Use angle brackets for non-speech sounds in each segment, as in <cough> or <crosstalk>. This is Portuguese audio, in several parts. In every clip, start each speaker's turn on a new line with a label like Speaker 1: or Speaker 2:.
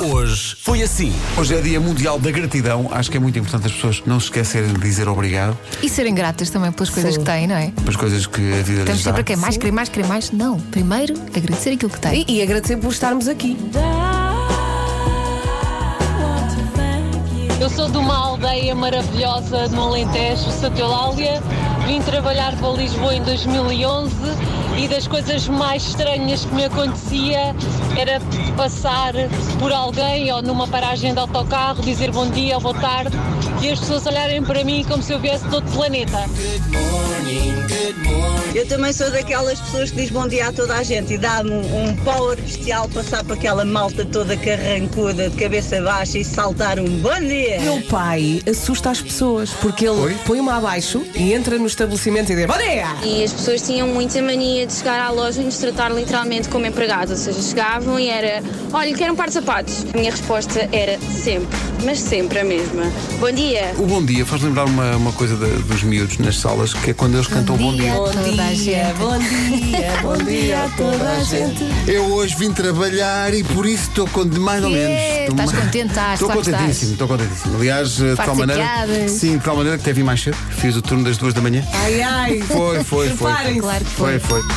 Speaker 1: Hoje foi assim.
Speaker 2: Hoje é dia mundial da gratidão. Acho que é muito importante as pessoas não se esquecerem de dizer obrigado
Speaker 3: E serem gratas também pelas coisas que têm, não é?
Speaker 2: pelas coisas que a vida
Speaker 3: Estamos
Speaker 2: lhes dá.
Speaker 3: sempre a querer mais, querer mais, querer mais. Não. Primeiro, agradecer aquilo que tem.
Speaker 4: E, e agradecer por estarmos aqui.
Speaker 5: Eu sou de uma aldeia maravilhosa no Alentejo, Santa Eulália. Vim trabalhar para Lisboa em 2011 e das coisas mais estranhas que me acontecia era passar por alguém ou numa paragem de autocarro, dizer bom dia ou boa tarde e as pessoas olharem para mim como se eu viesse de outro planeta.
Speaker 6: Eu também sou daquelas pessoas que diz bom dia a toda a gente e dá-me um, um power bestial passar para aquela malta toda carrancuda, de cabeça baixa e saltar um bom dia.
Speaker 4: Meu pai assusta as pessoas porque ele
Speaker 2: Oi?
Speaker 4: põe-me abaixo e entra no estabelecimento e diz: Bom dia!
Speaker 7: E as pessoas tinham muita mania de chegar à loja e nos tratar literalmente como empregados. Ou seja, chegavam e era: Olha, quero um par de sapatos. A minha resposta era sempre, mas sempre a mesma: Bom dia.
Speaker 2: O bom dia faz lembrar uma, uma coisa da- dos miúdos nas salas, que é quando eles
Speaker 8: Então,
Speaker 2: cantam o bom dia.
Speaker 3: a toda a gente.
Speaker 4: bom dia,
Speaker 3: <laughs>
Speaker 4: bom dia a toda a gente.
Speaker 2: Eu hoje vim trabalhar e por isso estou com de mais ou
Speaker 3: Yeah,
Speaker 2: menos. Estou
Speaker 3: estás
Speaker 2: ma-
Speaker 3: contente, estás,
Speaker 2: Estou
Speaker 3: claro que
Speaker 2: contentíssimo,
Speaker 3: estás.
Speaker 2: estou contentíssimo. Aliás, eh, de
Speaker 3: Farto
Speaker 2: tal
Speaker 3: de
Speaker 2: maneira.
Speaker 3: piadas.
Speaker 2: Sim, de tal maneira que até vim mais cedo. Fiz o turno das duas da manhã.
Speaker 3: <laughs>
Speaker 4: Ai, ai.
Speaker 2: Foi, foi, foi.
Speaker 4: Preparem-se.
Speaker 3: Claro que
Speaker 2: Foi,
Speaker 3: foi.
Speaker 2: foi.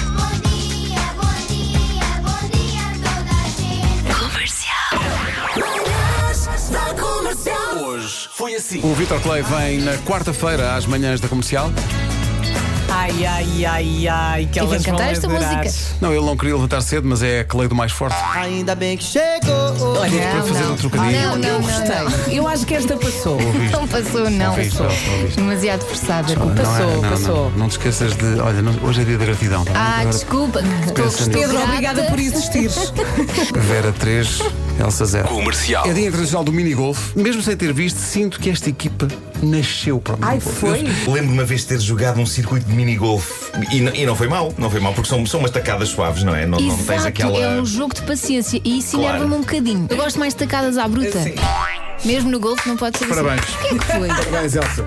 Speaker 1: Hoje foi assim.
Speaker 2: O Vitor Clay vem na quarta-feira às manhãs da comercial.
Speaker 4: Ai, ai, ai, ai, que
Speaker 3: E vem
Speaker 4: elas vão
Speaker 3: cantar esta
Speaker 4: adorar.
Speaker 3: música.
Speaker 2: Não, ele não queria levantar cedo, mas é a Clay do mais forte.
Speaker 9: Ainda bem que chegou.
Speaker 4: Olha,
Speaker 2: Para fazer
Speaker 3: não.
Speaker 2: um trocadilho.
Speaker 3: Não, não, não.
Speaker 4: gostei. Eu acho que esta passou.
Speaker 3: Não <laughs> passou, não.
Speaker 2: Ouviste, ouviste.
Speaker 3: Demasiado forçada.
Speaker 4: Passou,
Speaker 2: não,
Speaker 4: passou.
Speaker 2: Não, não te esqueças de. Olha, não- hoje é dia da gratidão. tá bem?
Speaker 3: Ah,
Speaker 2: Agora,
Speaker 3: desculpa. Estou-
Speaker 2: nisso.
Speaker 3: estou
Speaker 4: Pedro,
Speaker 3: grata.
Speaker 4: obrigada por existires.
Speaker 2: Vera 3, Elsa 0.
Speaker 1: Comercial.
Speaker 2: É Dia Internacional do Minigolf. Mesmo sem ter visto, sinto que esta equipa nasceu para o
Speaker 4: Ai,
Speaker 2: minigolf.
Speaker 4: foi?
Speaker 8: Lembro-me uma vez de ter jogado um circuito de minigolf e, n- e não foi mal, não foi mal, porque são, são umas tacadas suaves, não é? Não, não tens
Speaker 3: Exato,
Speaker 8: aquela.
Speaker 3: é um jogo de paciência e isso
Speaker 8: Claro.
Speaker 3: enerva-me um bocadinho. Eu gosto mais de tacadas à bruta.
Speaker 4: Sim.
Speaker 3: Mesmo no golfe não pode ser
Speaker 2: Parabéns.
Speaker 3: assim. O que é que foi?
Speaker 2: Parabéns, Elsa.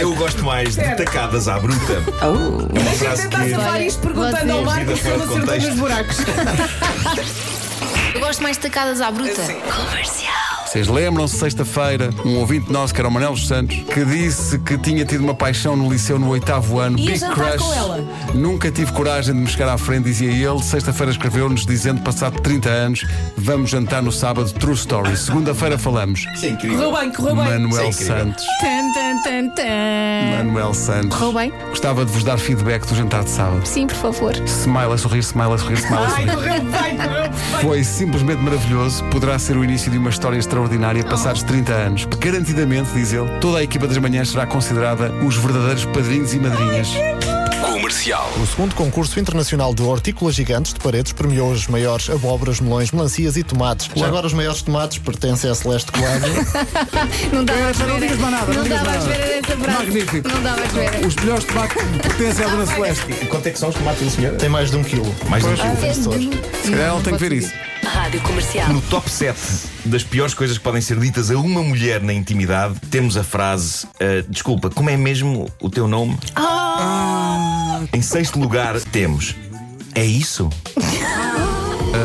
Speaker 8: Eu gosto mais de tacadas à
Speaker 3: <laughs>
Speaker 8: bruta.
Speaker 3: Oh.
Speaker 8: É uma frase
Speaker 4: Tentar
Speaker 8: que.
Speaker 4: safar isto perguntando
Speaker 3: Vocês-
Speaker 4: ao Marco se ele
Speaker 8: Fora de
Speaker 4: acertou
Speaker 8: contexto.
Speaker 4: nos buracos.
Speaker 3: Eu gosto mais de tacadas à bruta.
Speaker 2: Vocês lembram-se, sexta-feira, um ouvinte nosso, que era o Manuel dos Santos, que disse que tinha tido uma paixão no liceu no oitavo ano.
Speaker 4: Ia
Speaker 2: Big
Speaker 4: jantar
Speaker 2: crush.
Speaker 4: com ela.
Speaker 2: Nunca tive coragem de me chegar à frente, dizia ele. Sexta-feira escreveu-nos dizendo, passado 30 anos, vamos jantar no sábado, true story. Segunda-feira falamos.
Speaker 8: Isso é incrível.
Speaker 4: Correu bem, correu bem.
Speaker 2: Manuel
Speaker 8: Isso é incrível.
Speaker 2: Santos.
Speaker 3: Tan, tan, tan, tan.
Speaker 2: Manuel Santos.
Speaker 3: Correu bem?
Speaker 2: Gostava de vos dar feedback do jantar de sábado.
Speaker 3: Sim, por favor.
Speaker 2: Smile a sorrir, smile a sorrir, smile a
Speaker 4: Ai,
Speaker 2: sorrir.
Speaker 4: correu bem, correu bem.
Speaker 2: Foi simplesmente maravilhoso. Poderá ser o início de uma história extraordinária passados 30 anos. Garantidamente, diz ele, toda a equipa das manhãs será considerada os verdadeiros padrinhos e madrinhas.
Speaker 1: Comercial.
Speaker 9: O segundo concurso internacional de hortícolas gigantes de paredes premiou as maiores abóboras, melões, melancias e tomates. Já agora os maiores tomates pertencem a Celeste Coelho.
Speaker 3: Não dava à
Speaker 2: Espera, não digas
Speaker 3: espera.
Speaker 2: mais nada, não
Speaker 3: Não
Speaker 2: digas
Speaker 3: dava à
Speaker 2: mais nada.
Speaker 3: espera dessa frase.
Speaker 2: Magnífico.
Speaker 3: Não dava à espera.
Speaker 2: Os melhores tomates pertencem à Dona Celeste.
Speaker 8: E quanto é que são os tomates da senhora?
Speaker 9: Tem mais de um quilo.
Speaker 8: Mais de um quilo.
Speaker 2: Se calhar ela tem que ver isso.
Speaker 8: No top 7 das piores coisas que podem ser ditas a uma mulher na intimidade, temos a frase: ah, Desculpa, como é mesmo o teu nome?
Speaker 3: Ah.
Speaker 8: Em sexto lugar, temos: É isso?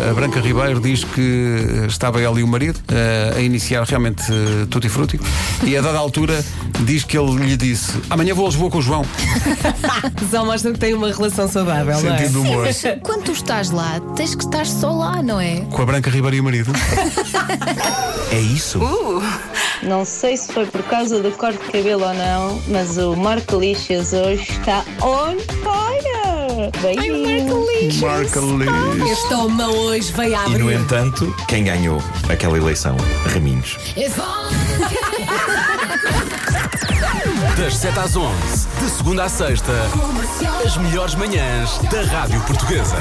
Speaker 2: A Branca Ribeiro diz que eh, estava ela e o marido eh, a iniciar realmente eh, Tutti Frutti e a dada altura diz que ele lhe disse amanhã vou a Lisboa com o João.
Speaker 4: <laughs> Só mostra que tem uma relação saudável, não é?
Speaker 2: Sentido do humor.
Speaker 3: Quando tu estás lá, tens que estar só lá, não é?
Speaker 2: Com a Branca Ribeiro e o marido.
Speaker 8: É isso?
Speaker 3: Uh.
Speaker 6: Não sei se foi por causa do corte de cabelo ou não, mas o Marco Lixas hoje está on fire! Beijinhos!
Speaker 2: Marca Lee.
Speaker 4: Este homem hoje veio a
Speaker 8: E no
Speaker 4: abrir.
Speaker 8: entanto, quem ganhou aquela eleição? Raminhos.
Speaker 1: Das 7 às 11, de segunda à sexta, as melhores manhãs da Rádio Portuguesa.